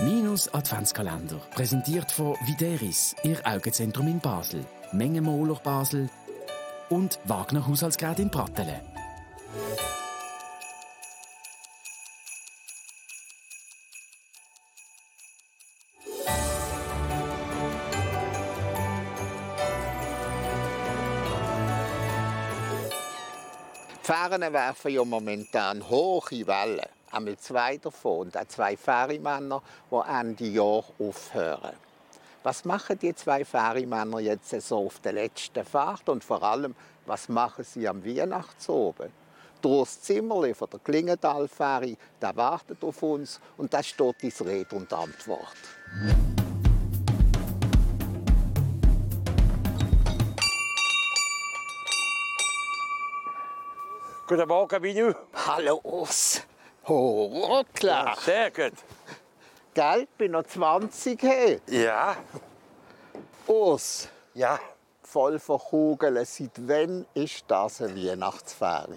Minus Adventskalender. Präsentiert von Videris, Ihr Augenzentrum in Basel, Mengenmoler Basel und Wagner Haushaltsgerät in Pratteln. Die Fähren werfen ja momentan hohe Wellen. Einmal zwei davon. Und auch zwei Fährmänner, die Ende Jahr aufhören. Was machen die zwei Fährmänner jetzt so auf der letzten Fahrt? Und vor allem, was machen sie am Weihnachtsoben? Dros Zimmerli von der Klingenthal-Fähre, der wartet auf uns und da steht dies Rede und Antwort. Guten Morgen, Binu. Hallo Urs! Oh, klar! Sehr gut. Gell, bin noch 20 hey. Ja. Urs, Ja. voll verkugeln. Seit wann ist das eine Weihnachtsfähre?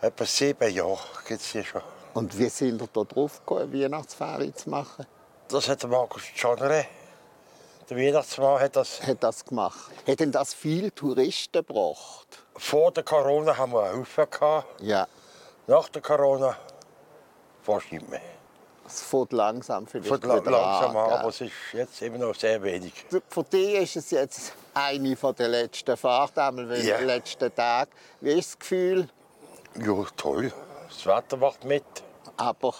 Etwa sieben Jahre gibt es hier schon. Und wie sind ihr da drauf gekommen, eine Weihnachtsfähre zu machen? Das hat der Markus Genre. Der Weihnachtsmann hat das Hat das gemacht? Hat denn das viele Touristen gebracht? vor der Corona haben wir einen Haufen gehabt. Ja, Nach der Corona fast nicht mehr. es fährt langsam vielleicht Von la wieder langsam an, an, gell? aber es ist jetzt immer noch sehr wenig. Für dich ist es jetzt eine von der letzten Fahrten, einmal wie Ja. der letzten Tag. Wie ist das Gefühl? Ja, toll. Das Wetter macht mit. Aber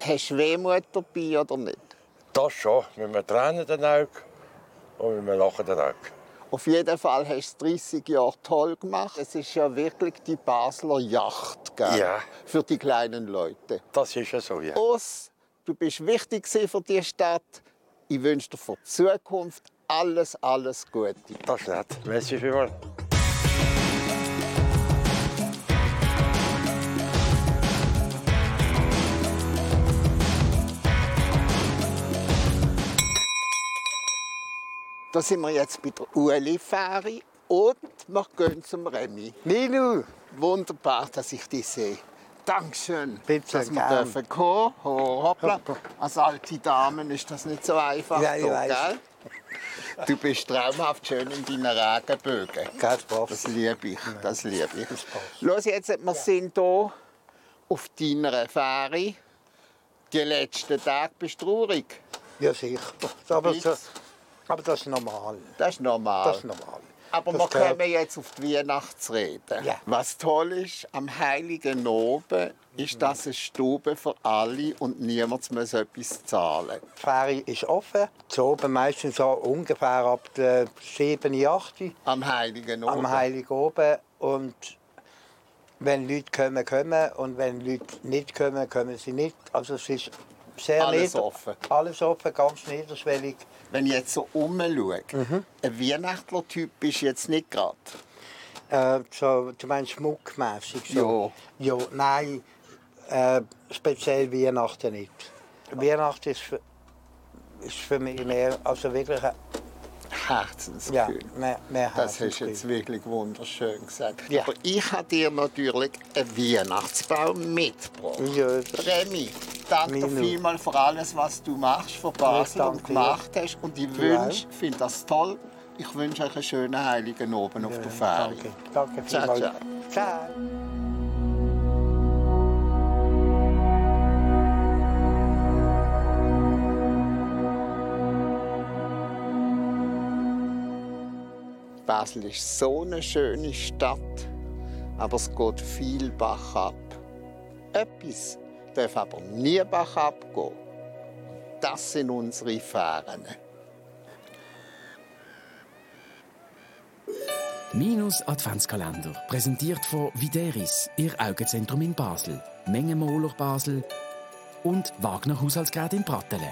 hast du Wehmut dabei oder nicht? Das schon. Wenn wir tränen dann auch und wenn wir lachen dann auch. Auf jeden Fall hast du es 30 Jahre toll gemacht. Es ist ja wirklich die Basler Yacht gell? Ja. für die kleinen Leute. Das ist ja so, ja. Urs, du bist wichtig gewesen für die Stadt. Ich wünsche dir für die Zukunft alles, alles Gute. Das ist nett. Merci vielmals. Da sind wir jetzt bei der Ueli-Fähre und wir gehen zum Remi. Minu, Wunderbar, dass ich dich sehe. Dankeschön, Bitte, dass wir gern. dürfen kommen. Ho, hoppla. Hoppa. Als alte Damen ist das nicht so einfach. Ja, ich doch, weiß. gell? Du bist traumhaft schön in deinen Regenbögen. Ganz brav. Das liebe ich, das liebe ich. Los, jetzt, wir sind hier auf deiner Fähre. Die letzten Tage bist du traurig. ja sicher. Aber das, Nichts. aber das ist normal. Das ist normal. Das ist normal. Ah. Aber das wir gehört- kommen jetzt auf die Weihnachtsrede. Ja. Was toll ist am Heiligen Oben, Mhm. ist, dass es Stube für alle und niemand muss etwas zahlen. Die Fähre ist offen. Zu oben meistens so ungefähr ab der 7, 8 Am Heiligen Oben. am Heiligen Oben. Und wenn Leute kommen, kommen. Und wenn Leute nicht kommen, kommen sie nicht. Also es ist sehr Alles offen. Alles offen, ganz niederschwellig. Wenn ich jetzt so umschaue, Mhm. ein Weihnachtler-Typ ist jetzt nicht gerade. Äh, so, du meinst schmuckmässig? So. Ja. Nein, äh, speziell Weihnachten nicht. Weihnachten ist für, ist für mich mehr, also wirklich, ein- ja, Herzensgefühl. mehr, mehr Das hast du Herzensgefühl. jetzt wirklich wunderschön gesagt. Ja. Aber ich habe dir natürlich einen Weihnachtsbaum mitgebracht. Ja, das- Remy, danke dir Minu. vielmals für alles, was du machst, für Basel Ja, und danke gemacht hast. Und ich wünsche, ich finde das toll, ich wünsche euch einen schönen Heiligen oben auf der Fähre. Danke, danke Ciao, vielmals. ciao. Ciao. Basel ist so eine schöne Stadt, aber es geht viel Bach ab. Etwas darf aber nie Bach abgehen. Das sind unsere Fähren. Minus Adventskalender. Präsentiert von Videris, Ihr Augenzentrum in Basel, Mengenmoler Basel und Wagner Haushaltsgerät in Pratteln.